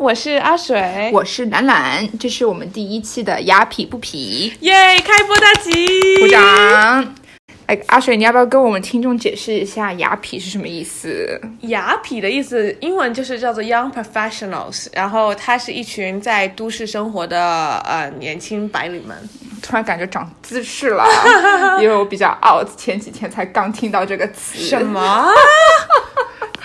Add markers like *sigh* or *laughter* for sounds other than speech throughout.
我是阿水，我是懒懒，这是我们第一期的雅痞不 *laughs* 痞，耶开播大吉，鼓掌。哎，阿水，你要不要跟我们听众解释一下雅痞是什么意思？雅痞的意思，英文就是叫做 young professionals，然后它是一群在都市生活的呃年轻白领们。突然感觉长姿 *laughs* 势了，因为我比较 out，前几天才刚听到这个词，什 *laughs* 么？哦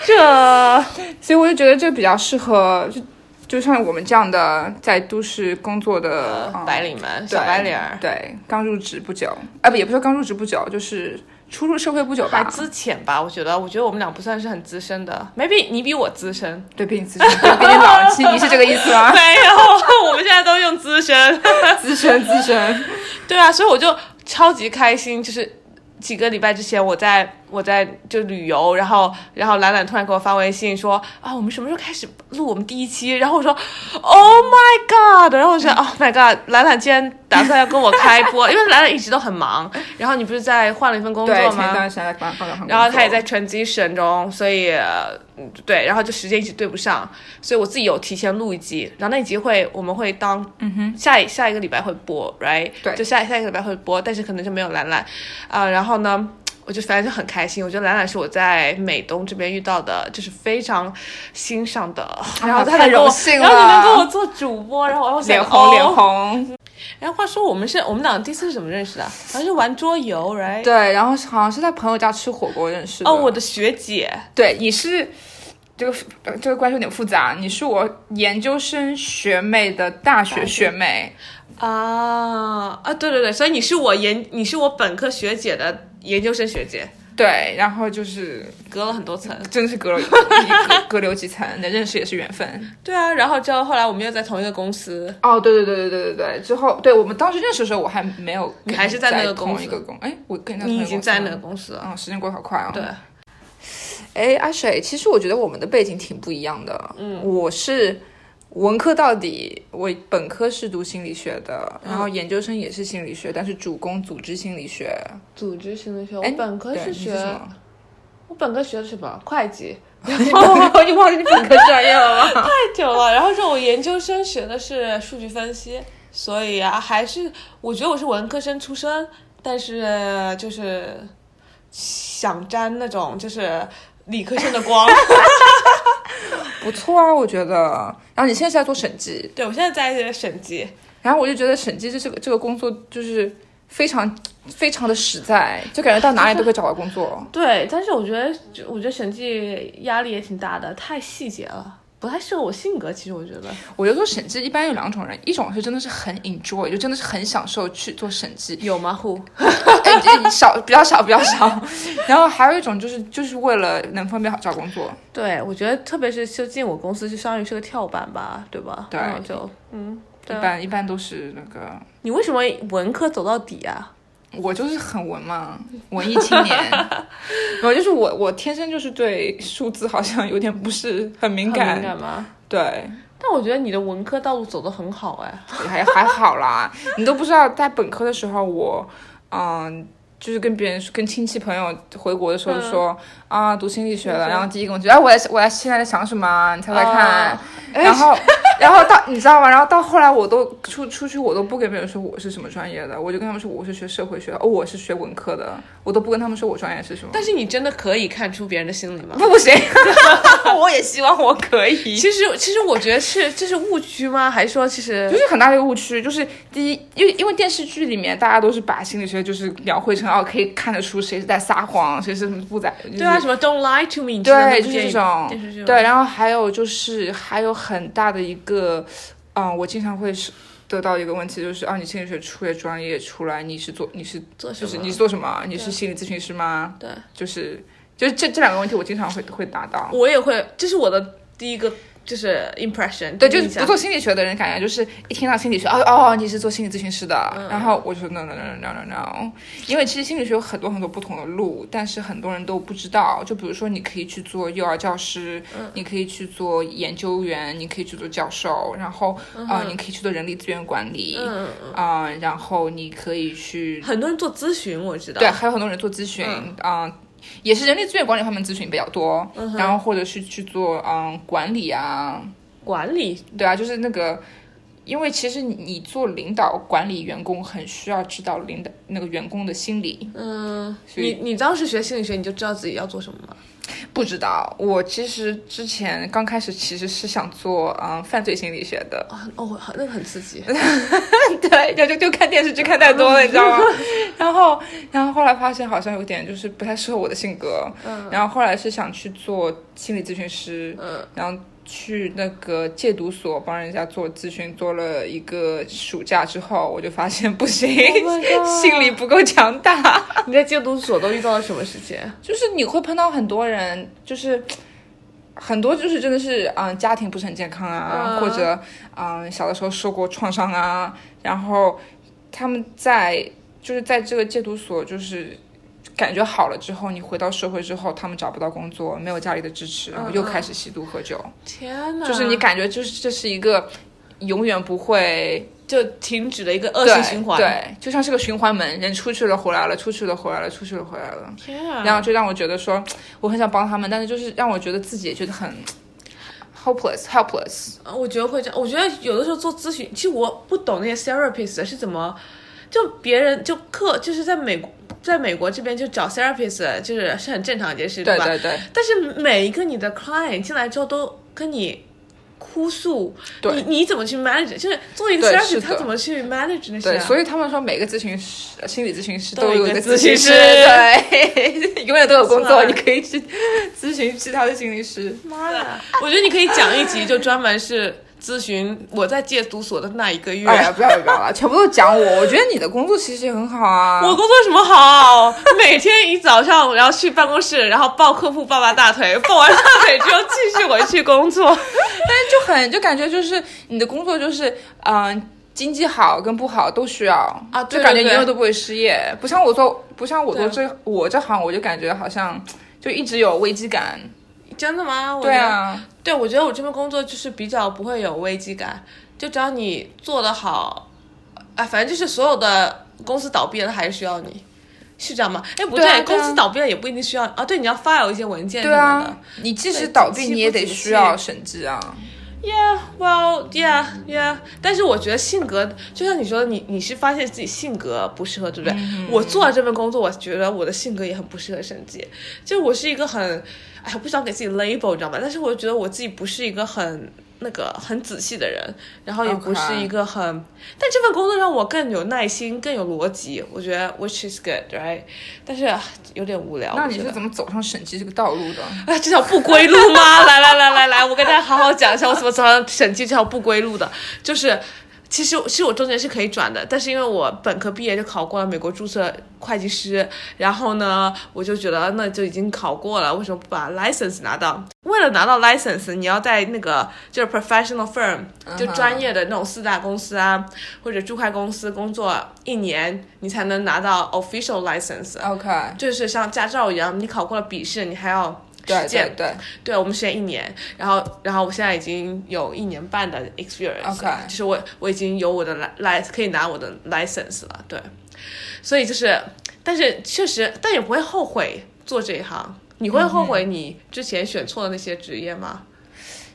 这所以我就觉得这比较适合，就就像我们这样的在都市工作的、嗯呃白领们，对小白领儿，对，刚入职不久，啊不，也不是说刚入职不久，就是初入社会不久还吧，资浅吧？我觉得，我觉得我们俩不算是很资深的，maybe 你比我资深。 *laughs* 对，比你资深，对比你老，是你是这个意思吗？没有，我们现在都用 *laughs* 资深。资深，资深，对啊，所以我就超级开心，就是几个礼拜之前我在我在就旅游，然后然后懒懒突然给我发微信说啊，我们什么时候开始录我们第一期？然后我说 Oh my god！然后我说 Oh my god！懒懒竟然打算要跟我开播，因为懒懒一直都很忙。然后你不是在换了一份工对，作前一吗？段时间在刚刚刚然后他也在 transition 中，所以呃嗯对，然后就时间一直对不上，所以我自己有提前录一集，然后那集会我们会当嗯哼下一下一个礼拜会播，right？对就下下一个礼拜会播，但是可能就没有兰兰啊、然后呢？我就反正就很开心，我觉得兰兰是我在美东这边遇到的，就是非常欣赏的， *laughs* 然后他啊太能跟我荣幸然后你能了跟我做主播，然后我想脸红脸。哦红，然后话说，我们是我们俩第一次是怎么认识的？好像是玩桌游，right？对，然后好像是在朋友家吃火锅认识的。哦，我的学姐，对，你是这个呃这个关系有点复杂，你是我研究生学妹的大学学妹，啊啊，对对对，所以你是我研，你是我本科学姐的研究生学姐，对，然后就是隔了很多层。真的是隔 *laughs* 了隔隔留几层，能认识也是缘分。对啊，然后之后后来我们又在同一个公司，哦，对对对对对对对，之后对我们当时认识的时候，我还没有跟你还是在那个公同司一个公，哎，我跟在同你一已个经公司在吗那个公司了。嗯，时间过得好快哦。对，哎，阿水，其实我觉得我们的背景挺不一样的。嗯，我是文科到底，我本科是读心理学的，嗯然后研究生也是心理学，但是主攻组织心理学。组织心理学，我哎本科对是你学，什 *laughs* 么？我本科学的是什么？会计，你忘你忘记你本科专业了 *laughs* 吗？太久了。然后之后我研究生学的是数据分析，所以啊，还是我觉得我是文科生出身，但是呃就是想沾那种就是理科生的 *laughs* 光。不错啊，我觉得。然后你现在是在做审计，对我现在在审计。然后我就觉得审计这这个这个工作就是非常非常的实在，就感觉到哪里都可以找到工作。对，但是我觉得，就我觉得审计压力也挺大的，太细节了，不太适合我性格。其实我觉得，我觉得做审计一般有两种人，一种是真的是很 enjoy，就真的是很享受去做审计，有吗？户哎，这少比较少比较少。 *laughs* 然后还有一种就是就是为了能方便好找工作， *laughs* 对，我觉得特别是就进我公司，就相当于是个跳板吧，对吧？对然后就嗯，一对啊。般一般都是那个你为什么文科走到底啊？我就是很文嘛，文艺青年。 *laughs* 然后就是我我天生就是对数字好像有点不是很敏很感，敏感吗？对，但我觉得你的文科道路走得很好哎。还还好啦。你都不知道在本科的时候我嗯。就是跟别人、跟亲戚朋友回国的时候就说、啊，读心理学了，然后第一个问题，哎，我在我在现在在想什么啊？你猜猜看。哦然后，然后到你知道吗？然后到后来，我都出出去，我都不跟别人说我是什么专业的，我就跟他们说我是学社会学的，哦，我是学文科的，我都不跟他们说我专业是什么。但是你真的可以看出别人的心理吗？不行， *laughs* 我也希望我可 *laughs* 以。其实，其实我觉得是这是误区吗？还是说其实就是很大的一个误区，就是第一，因为因为电视剧里面大家都是把心理学就是描绘成哦，可以看得出谁是在撒谎，谁是不在，就是对啊，什么 Don't lie to me，你记得那对，部就是电这影种电视剧吗对，然后还有就是还有很大的一个，嗯、我经常会是得到一个问题，就是啊，你心理学出业专业出来，你是做你是做什就么？是你是做什么？你是心理咨询师吗？对，就是就是这这两个问题，我经常会会答到。我也会，这是我的第一个就是 impression，对，第就一是印象不做心理学的人，感觉就是一听到心理学，哦哦，你是做心理咨询师的，嗯然后我就说 no no no no no no no，因为其实心理学有很多很多不同的路，但是很多人都不知道。就比如说，你可以去做幼儿教师，嗯你可以去做研究员，你可以去做教授，然后呃，你可以去做人力资源管理，嗯啊、然后你可以去很多人做咨询，我知道。对，还有很多人做咨询，嗯、呃也是人力资源管理方面咨询比较多，然后或者是去做嗯管理啊，管理，对啊，就是那个，因为其实你你做领导管理员工，很需要知道领导那个员工的心理。嗯，所你以你当时学心理学，你就知道自己要做什么吗？不知道，我其实之前刚开始其实是想做嗯犯罪心理学的，啊，哦，那个很刺 *laughs* 激，对，就就就看电视剧看太多了，你 *laughs* 知道吗？然后，然后后来发现好像有点就是不太适合我的性格，嗯，然后后来是想去做心理咨询师，嗯，然后去那个戒毒所帮人家做咨询，做了一个暑假之后，我就发现不行 Oh my god 心理不够强大，你在戒毒所都遇到了什么事 *laughs* 情？就是你会碰到很多人，就是很多就是真的是嗯、家庭不是很健康啊，嗯或者嗯、小的时候受过创伤啊，然后他们在就是在这个戒毒所就是。感觉好了之后，你回到社会之后，他们找不到工作，没有家里的支持，然嗯后又开始吸毒喝酒，天哪！就是你感觉就是这是一个永远不会就停止了一个恶性对循环。，对，就像是个循环门，人出去了回来了，出去了回来了，出去了回来了，天啊！然后就让我觉得说，我很想帮他们，但是就是让我觉得自己也觉得很 hopeless helpless。啊我觉得会这样。我觉得有的时候做咨询，其实我不懂那些 therapist 是怎么，就别人就客就是在美国，在美国这边就找 therapist 就是是很正常一件事，对啊吧？对对，但是每一个你的 client 进来之后都跟你。哭诉，对你你怎么去 manage？就是作为一个对是 therapist，的他怎么去 manage 那些、对，啊？所以他们说每个咨询师、呃心理咨询师都有都一一个个咨咨询询师师，对， *laughs* 永远都有工作，是吧你可以去咨询其他的心理师。妈呀！我觉得你可以讲一集，就专门是咨询我在戒毒所的那一个月。哎呀，不要不要了，全部都讲我。我觉得你的工作其实也很好啊。我工作什么好？每天一早上，然后去办公室，然后抱客户抱抱大腿，抱完大腿之后继续回去工作。就很就感觉就是你的工作就是嗯、呃经济好跟不好都需要啊对就感觉对你对永远都不会失业，不像我做不像我做对这我这行，我就感觉好像就一直有危机感。 *laughs* 真的吗？我对，啊，对，我觉得我这份工作就是比较不会有危机感，就只要你做得好，啊，反正就是所有的公司倒闭了还是需要你。是这样吗？哎，不对，对啊对啊公司倒闭了也不一定需要啊。对，你要 file 一些文件什么对的。啊，你即对使倒景闭，气你也不得景气需要审计啊。 Yeah, well, yeah, yeah。但是我觉得性格，就像你说的，你你是发现自己性格不适合，对不对？嗯我做了这份工作，我觉得我的性格也很不适合审计。就我是一个很，哎，我不想给自己 label，你知道吗？但是我觉得我自己不是一个很那个很仔细的人，然后也不是 OK 一个很但这份工作让我更有耐心，更有逻辑。我觉得 which is good, right？但是啊有点无聊。那我你觉得是怎么走上审计这个道路的？啊，这条不归路吗？ *laughs* 来来来来来，我跟大家好好讲一下我怎么走上审计这条不归路的。就是，其实其实我中间是可以转的，但是因为我本科毕业就考过了美国注册会计师，然后呢，我就觉得那就已经考过了，为什么不把 license 拿到？为了拿到 license，你要在那个就是 professional firm，就嗯哼专业的那种四大公司啊，或者注会公司工作一年，你才能拿到 official license。 OK，就是像驾照一样，你考过了笔试，你还要对实践。对对，对，我们实验一年，然后然后我现在已经有一年半的 experience， OK 了就是我我已经有我的 li lic- 可以拿我的 license 了，对，所以就是，但是确实，但也不会后悔做这一行。你会后嗯悔你之前选错的那些职业吗？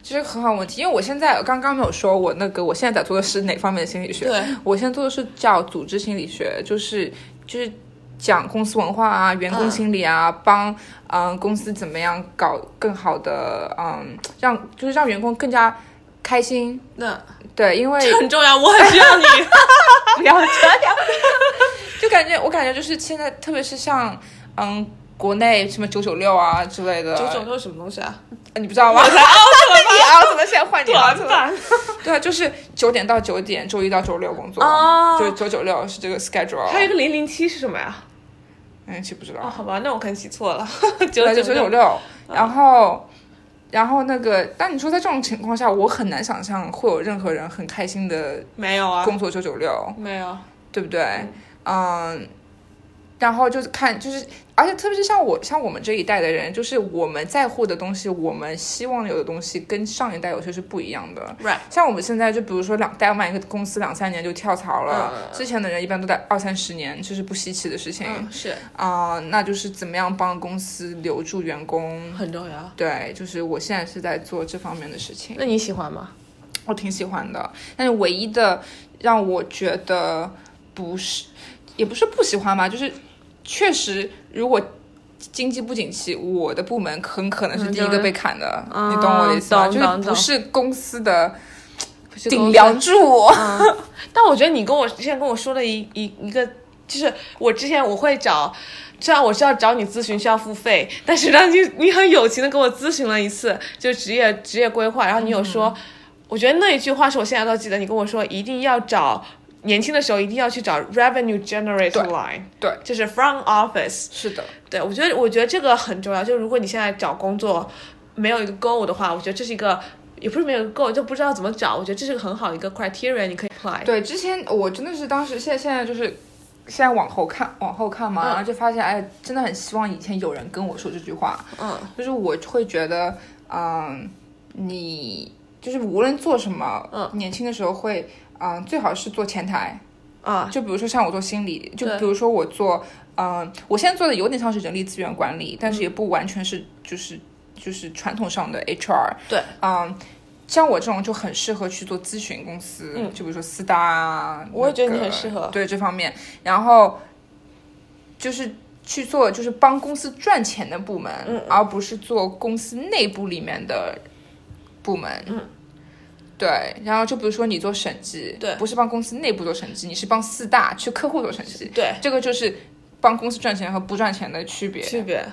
这是个很好的问题，因为我现在刚刚没有说我那个我现在在做的是哪方面的心理学。对，我现在做的是叫组织心理学，就是就是讲公司文化啊、员工心理啊，帮嗯、公司怎么样搞更好的嗯，让就是让员工更加开心。那对，因为这很重要，我很需要 *laughs* 你。不要这样， *laughs* 就感觉我感觉就是现在，特别是像嗯。国内什么九九六啊之类的，九九六是什么东西啊？你不知道吗？我才 out *laughs* 了，你 out 了，现在换 *laughs* 你 out 了。板 *laughs* 对啊，就是九点到九点，周一到周六工作，哦就是九九六是这个 schedule。还有一个零零七是什么呀？嗯，其实不知道。哦，好吧，那我可能记错了。 *laughs* 九对，就九九六，嗯九六，然后。然后那个，但你说在这种情况下，我很难想象会有任何人很开心的没有啊，工作九九六，没有。对不对？嗯，然后就是看，就是而且特别是像我像我们这一代的人，就是我们在乎的东西，我们希望有的东西跟上一代有些是不一样的。 Right 像我们现在就比如说两代曼一个公司两三年就跳槽了，之前的人一般都在二三十年，这是不稀奇的事情嗯，是啊、那就是怎么样帮公司留住员工。很重要。啊对，就是我现在是在做这方面的事情。那你喜欢吗？我挺喜欢的，但是唯一的让我觉得不是，也不是不喜欢吧，就是确实如果经济不景气，我的部门很可能嗯是第一个对被砍的，嗯你懂我的意思吗？懂就是懂不是公司的顶公梁司啊柱，但我觉得你跟我之前跟我说的一一一个，就是我之前我会找，虽然我是要找你咨询需要付费，但是让你你很友情的跟我咨询了一次，就职业职业规划，然后你有说，我觉得那一句话是我现在都记得，你跟我说一定要找。年轻的时候一定要去找 revenue generator line，对就是 front office， *laughs* 是的，对，我觉得我觉得这个很重要。就是如果你现在找工作没有一个 goal 的话，我觉得这是一个，也不是没有一个 goal，就不知道怎么找。我觉得这是个很好的一个 criteria，你可以 apply。对，之前我真的是当时现在现在就是。现在往后看，往后看嘛，嗯然后就发现，哎，真的很希望以前有人跟我说这句话，嗯，就是我会觉得，嗯，你就是无论做什么，嗯，年轻的时候会，嗯，最好是做前台，啊，就比如说像我做心理，就对比如说我做，嗯，我现在做的有点像是人力资源管理，但嗯是也不完全是就是就是传统上的 HR，对，嗯。像我这种就很适合去做咨询公司，嗯就比如说四大啊，我也觉得你那个很适合对这方面，然后就是去做就是帮公司赚钱的部门，而不是做公司内部里面的部门。嗯，对，然后就比如说你做审计，对不是帮公司内部做审计，你是帮四大去客户做审计，对，这个就是帮公司赚钱和不赚钱的区别。区别。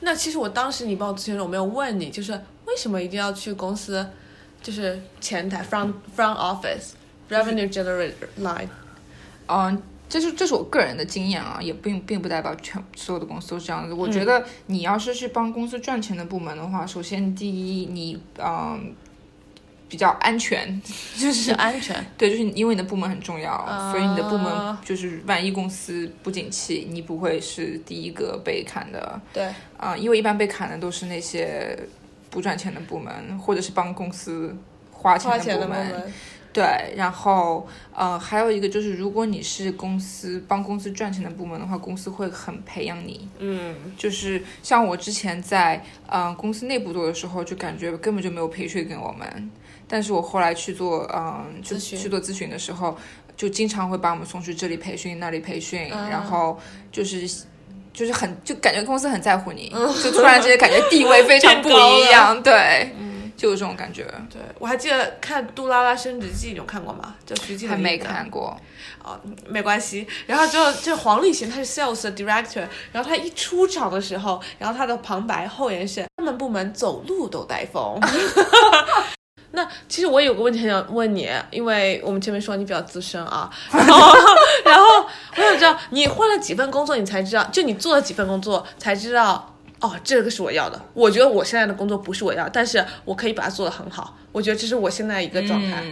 那其实我当时你帮我咨询的时候，我没有问你，就是为什么一定要去公司，就是前台 front front *laughs* office revenue generator line。嗯，这是这是我个人的经验啊，也并并不代表全所有的公司都是这样子。我觉得你要是去帮公司赚钱的部门的话，首先第一，你嗯比较安全， *laughs* 就是安全，对，就是因为你的部门很重要，所以你的部门啊就是万一公司不景气，你不会是第一个被砍的对，啊、因为一般被砍的都是那些不赚钱的部门，或者是帮公司花钱花的钱的部部门。门，对，然后呃，还有一个就是，如果你是公司帮公司赚钱的部门的话，公司会很培养你。嗯，就是像我之前在呃公司内部做的时候，就感觉根本就没有培训给我们。但是我后来去做嗯、就咨询去做咨询的时候，就经常会把我们送去这里培训、那里培训，嗯然后就是。就是很，就感觉公司很在乎你，就突然之间感觉地位非常嗯 *laughs* 变不高一了嗯样，对，就有这种感觉，对，我还记得看《杜拉拉升职记》，你有看过吗？就徐静还蕾没演的看过。哦，没关系。然后就就黄立行他是 sales 的 director，然后他一出场的时候，然后他的旁白后言是他们部门走路都带风。 *laughs* 那其实我有个问题很想问你，因为我们前面说你比较资深啊，然后然后我想知道你换了几份工作，你才知道，就你做了几份工作才知道，哦，这个是我要的。我觉得我现在的工作不是我要，但是我可以把它做得很好。我觉得这是我现在一个状嗯态。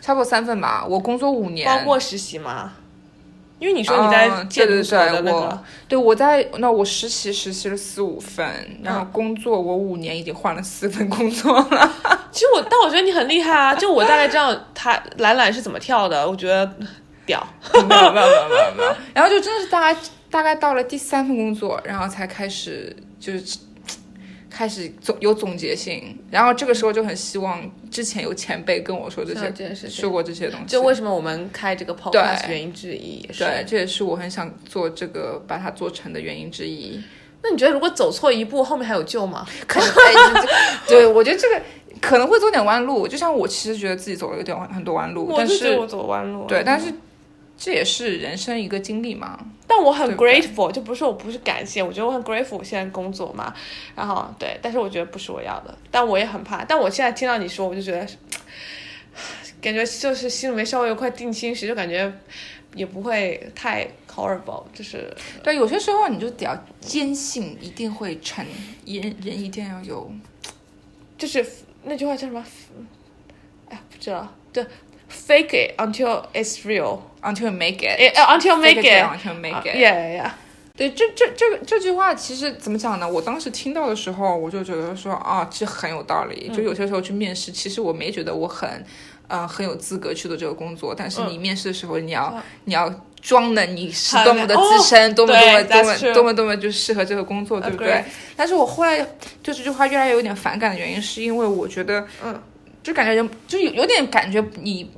差不多三份吧。我工作五年，包括实习吗？因为你说你在嗯建筑所对对的那对，个，我对我在那我实习实习了四五份，嗯然后工作我五年已经换了四份工作 *laughs* 了。其实我，但我觉得你很厉害 *laughs* 啊！就我大概知道他懒懒是怎么跳的，我觉得屌。没有没有没有没有没有。然后就真的是大概大概到了第三份工作，然后才开始就是。开始总有总结性，然后这个时候就很希望之前有前辈跟我说这说这件些，事情说过这些东西。就为什么我们开这个 podcast 原因之一也是。对，这也是我很想做这个把它做成的原因之一。那你觉得如果走错一步，后面还有救吗？可能哎这这对我觉得这个可能会走点弯路，就像我其实觉得自己走了有点弯很多弯路，我但就觉得是我走弯路了。对，但是这也是人生一个经历嘛。但我很对不对 grateful，就不是我不是感谢，我觉得我很 grateful 我现在工作嘛，然后对，但是我觉得不是我要的，但我也很怕，但我现在听到你说，我就觉得， *sighs* 感觉就是心里面稍微有块定心石，就感觉也不会太 horrible，就是对，有些时候你就得要坚信一定会成，人人一定要有就是那句话叫什么？哎呀，不知道，对。 fake it until it's real， until you make it，哎呃，until make Fake it， until make it， yeah yeah，对，这这这个这句话其实怎么讲呢？我当时听到的时候，我就觉得说啊，这很有道理。嗯就有些时候去面试，其实我没觉得我很，呃，很有资格去做这个工作。但是你面试的时候，你要、你要装的你嗯是很多么的资哦深，多么多么对多么 that's true 呃多么多么就适合这个工作，对不对 Agree？但是我后来对这句话越来越有点反感的原因，是因为我觉得，嗯，就感觉人就有有点感觉你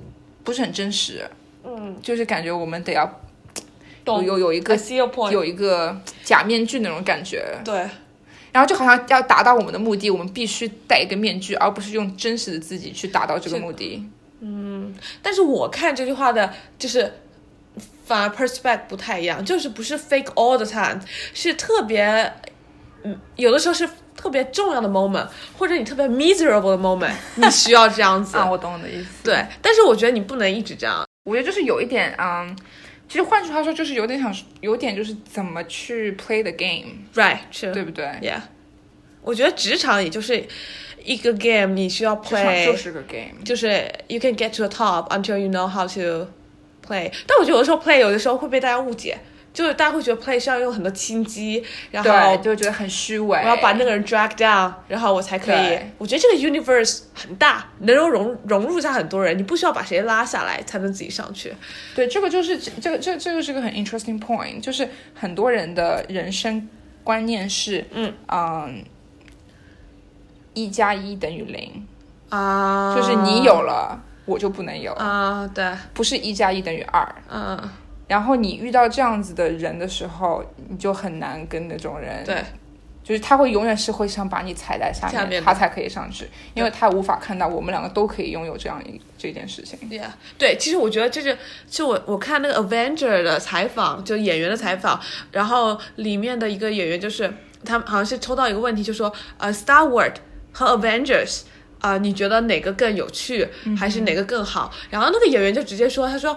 不是很真实，嗯，就是感觉我们得要有懂。有有一个 I see your point，有一个假面具那种感觉，对然后就好像要达到我们的目的，我们必须戴一个面具，而不是用真实的自己去达到这个目的。但是我看这句话的，就是反而 perspective 不太一样，就是不是 fake all the time，是特别，嗯，有的时候是特别重要的 moment，或者你特别 miserable 的 *laughs* moment，你需要这样子。啊我懂你的意思。对，但是我觉得你不能一直这样。我觉得就是有一点，嗯，其实换句话说，就是有点想，嗯有点就是怎么去 play the game， Right, true. 对不对？ Yeah，我觉得职场也就是一个 game，你需要职场 play，就是个 game。就是 you can get to the top until you know how to play。但我觉得有的时候 play 有的时候会被大家误解，就是大家会觉得 play 是要用很多心机，然对，后就会觉得很虚伪。我要把那个人 drag down，然后我才可以对。我觉得这个 universe 很大，能够融融入下很多人，你不需要把谁拉下来才能自己上去。对，这个就是这个这个这个是个很 interesting point，就是很多人的人生观念是，嗯嗯，一加一等于零，啊，就是你有了，我就不能有，啊，对，不是一加一等于二。嗯，然后你遇到这样子的人的时候，你就很难跟那种人，对，就是他会永远是会想把你踩在下面，下面的他才可以上去，因为他无法看到我们两个都可以拥有这样一这件事情。 Yeah，对，其实我觉得这是，就我我看那个 Avenger 的采访，就演员的采访，然后里面的一个演员就是他们好像是抽到一个问题，就说呃 Star Wars 和 Avengers 啊、你觉得哪个更有趣，嗯还是哪个更好？然后那个演员就直接说，他说。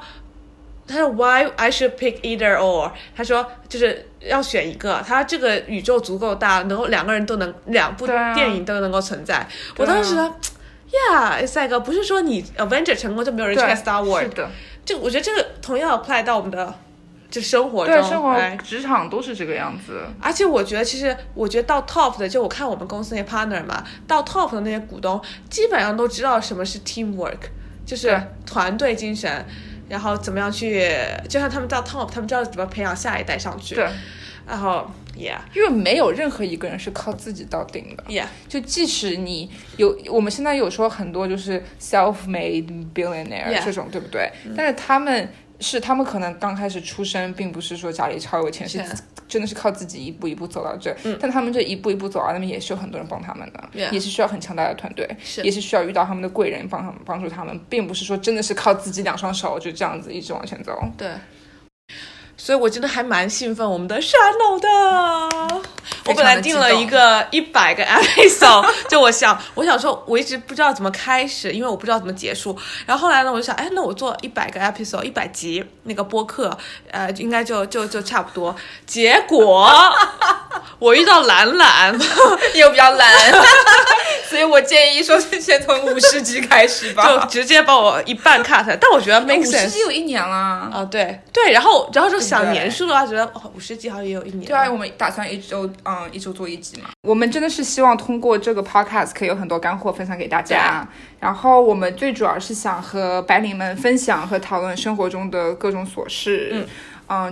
他说 Why I should pick either or？他说就是要选一个。他这个宇宙足够大，能够两个人都能两部对啊电影都能够存在。我对当时啊觉得 Yeah，it's like a- 不是说你 Avenger 成功就没有人去对看 Star 是 Wars，的，这个我觉得这个同样 apply 到我们的就生活中，对，生活、哎职场都是这个样子。而且我觉得，其实我觉得到 top 的，就我看我们公司那些 partner 嘛，到 top 的那些股东，基本上都知道什么是 teamwork，就是对团队精神，然后怎么样去，就像他们到 top，他们知道怎么培养下一代上去。对，然后，yeah 因为没有任何一个人是靠自己到顶的。 yeah，就即使你有，我们现在有说很多就是 self-made billionaire Yeah. 这种，对不对？但是他们是他们可能刚开始出生，并不是说家里超有钱，是嗯是真的是靠自己一步一步走到这。但他们这一步一步走到啊那边，也是有很多人帮他们的 Yeah. 也是需要很强大的团队，是也是需要遇到他们的贵人帮他们帮助他们，并不是说真的是靠自己两双手就这样子一直往前走。对。所以，我真的还蛮兴奋我们的 Shano 的。我本来定了一个一百个 *laughs* episode，就我想，我想说，我一直不知道怎么开始，因为我不知道怎么结束。然后后来呢，我就想，哎，那我做一百个 episode，一百集那个播客，呃，应该就就就差不多。结果我遇到兰兰， *laughs* *laughs* 又比较懒， *laughs* 所以我建议说先从五十集开始就。 *laughs* 直接把我一半 cut，但我觉得 make 五十 sense 集。有一年啦。啊、对对，然后然后就对想不对年数的话，觉得哦，五十集好像也有一年。对啊，我们打算一周，嗯，一周做一集嘛。我们真的是希望通过这个 podcast 可以有很多干货分享给大家。然后我们最主要是想和白领们分享和讨论生活中的各种琐事。嗯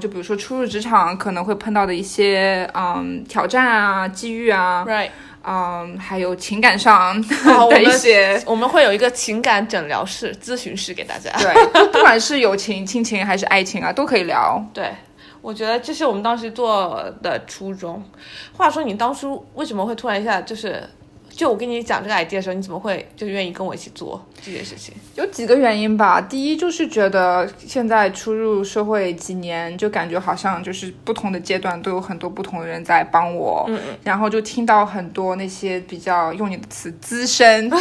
就比如说初入职场可能会碰到的一些嗯挑战啊、机遇啊， ，right。哦嗯，还有情感上 *laughs* 我的一们些，我们会有一个情感诊疗室、咨询室给大家。对，就不管是友情、亲情还是爱情啊，都可以聊。 *laughs* 对，我觉得这是我们当时做的初衷。话说，你当初为什么会突然一下就是，就我跟你讲这个 idea 的时候，你怎么会就愿意跟我一起做这件事情？有几个原因吧。第一就是觉得现在初入社会几年，就感觉好像就是不同的阶段都有很多不同的人在帮我，然后就听到很多那些比较用你的词资深的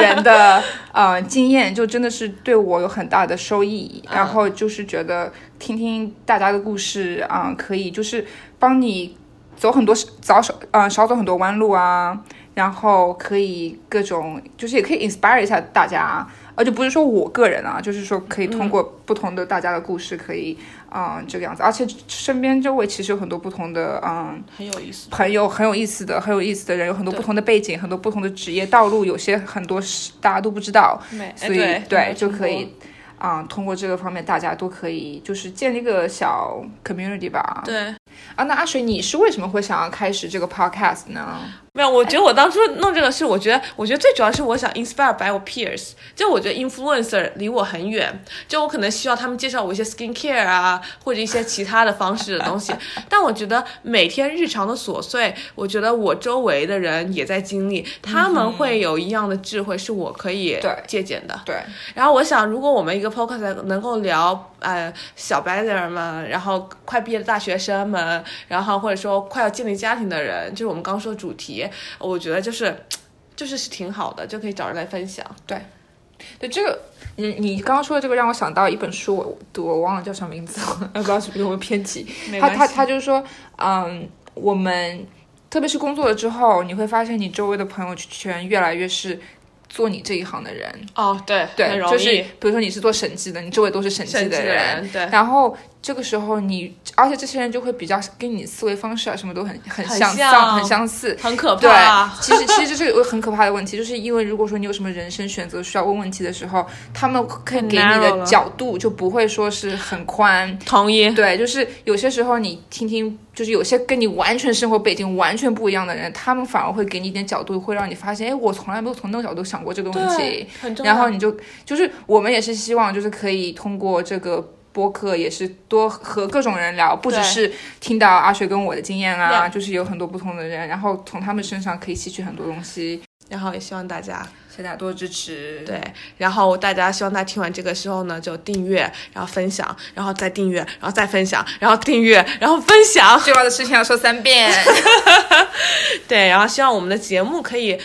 人的呃经验，就真的是对我有很大的收益。然后就是觉得听听大家的故事啊、可以就是帮你走很多早少呃少走很多弯路啊。然后可以各种，就是也可以 inspire 一下大家，而且不是说我个人啊，就是说可以通过不同的大家的故事，可以嗯这个样子。而且身边周围其实有很多不同的嗯很有意思。朋友，很有意思的，很有意思的人，有很多不同的背景，很多不同的职业道路，有些很多是大家都不知道，美，哎所以对对美就可中以。啊、通过这个方面，大家都可以就是建立个小 community 吧。国对。啊，那阿水，你是为什么会想要开始这个 podcast 呢？没有，我觉得我当初弄这个事，我觉得，我觉得最主要是我想 inspire by 我 peers，就我觉得 influencer 离我很远，就我可能需要他们介绍我一些 skincare 啊，或者一些其他的方式的东西。但我觉得每天日常的琐碎，我觉得我周围的人也在经历，他们会有一样的智慧，是我可以对借鉴的。对，然后我想，如果我们一个 podcast 能够聊呃小白领们，然后快毕业的大学生们，然后或者说快要建立家庭的人，就是我们刚说的主题，我觉得就是嘖就是是挺好的，就可以找人来分享。对这个，你你刚刚说的这个让我想到一本书，我读我忘了叫 *laughs* 什么名字，我不知道是不是我偏激。没他关系他他就是说，嗯，我们特别是工作了之后，你会发现你周围的朋友圈越来越是做你这一行的人，哦，对，对很，容易就是比如说你是做审计的，你周围都是审计神奇的的人，人，对，然后这个时候你，而且这些人就会比较跟你思维方式啊什么都很很很相像很相似。很可对怕。， *laughs* 其实其实这是有个很可怕的问题，就是因为如果说你有什么人生选择需要问问题的时候，他们可以很给你 narrow 的了角度就不会说是很宽。同意，对，就是有些时候你听听，就是有些跟你完全生活背景完全不一样的人，他们反而会给你一点角度，会让你发现，哎，我从来没有从那个角度想过这个问题对。，很重要。然后你就就是我们也是希望就是可以通过这个。播客也是多和各种人聊，不只对是听到阿水跟我的经验啊， Yeah 就是有很多不同的人，然后从他们身上可以吸取很多东西，然后也希望大家谢谢大家多支持。对，然后大家希望大家听完这个之后呢，就订阅，然后分享，然后再订阅，然后再分享，然后订阅，然后分享。最重要的事情要说三遍。 *laughs* 对，然后希望我们的节目可以，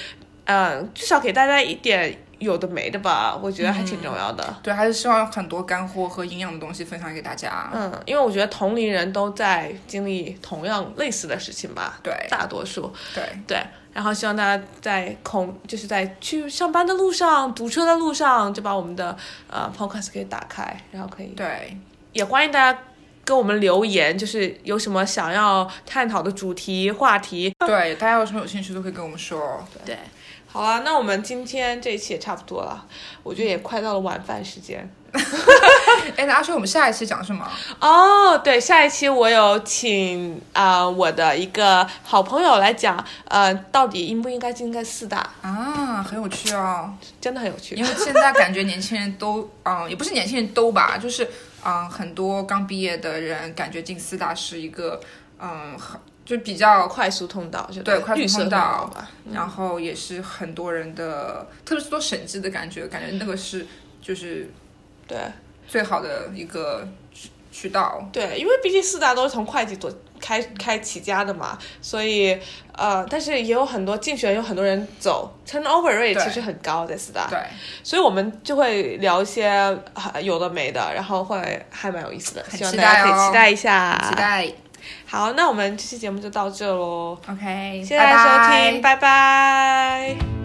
嗯、至少给大家一点有的没的吧，我觉得还挺重要的。对，还是希望有很多干货和营养的东西分享给大家。嗯，因为我觉得同龄人都在经历同样类似的事情吧，对大多数对，对。然后希望大家在空，就是在去上班的路上、堵车的路上，就把我们的呃 podcast 给打开，然后可以对，也欢迎大家给我们留言，就是有什么想要探讨的主题、话题。对，大家有什么有兴趣都可以跟我们说。对，好啊，那我们今天这一期也差不多了，我觉得也快到了晚饭时间。哎，那阿水，我们下一期讲什么？哦，对，下一期我有请啊、呃我的一个好朋友来讲，呃，到底应不应该进在四大，啊，很有趣哦。真的很有趣。因为现在感觉年轻人都，嗯，也不是年轻人都吧，就是，嗯，很多刚毕业的人感觉进四大是一个，嗯，很就比较，快速通道就对是快速绿色通道吧，然后也是很多人的，特别是做审计的感觉，感觉那个是就是对最好的一个渠渠道。对，因为毕竟四大都是从会计做开开起家的嘛，所以呃，但是也有很多竞选，有很多人走，turnover rate 对其实很高在四大，对，所以我们就会聊一些呃有的没的，然后会还蛮有意思的，很希望期大家待可以哦期待一下，期待好，那我们这期节目就到这喽， ，OK，谢谢大家收拜拜听，拜拜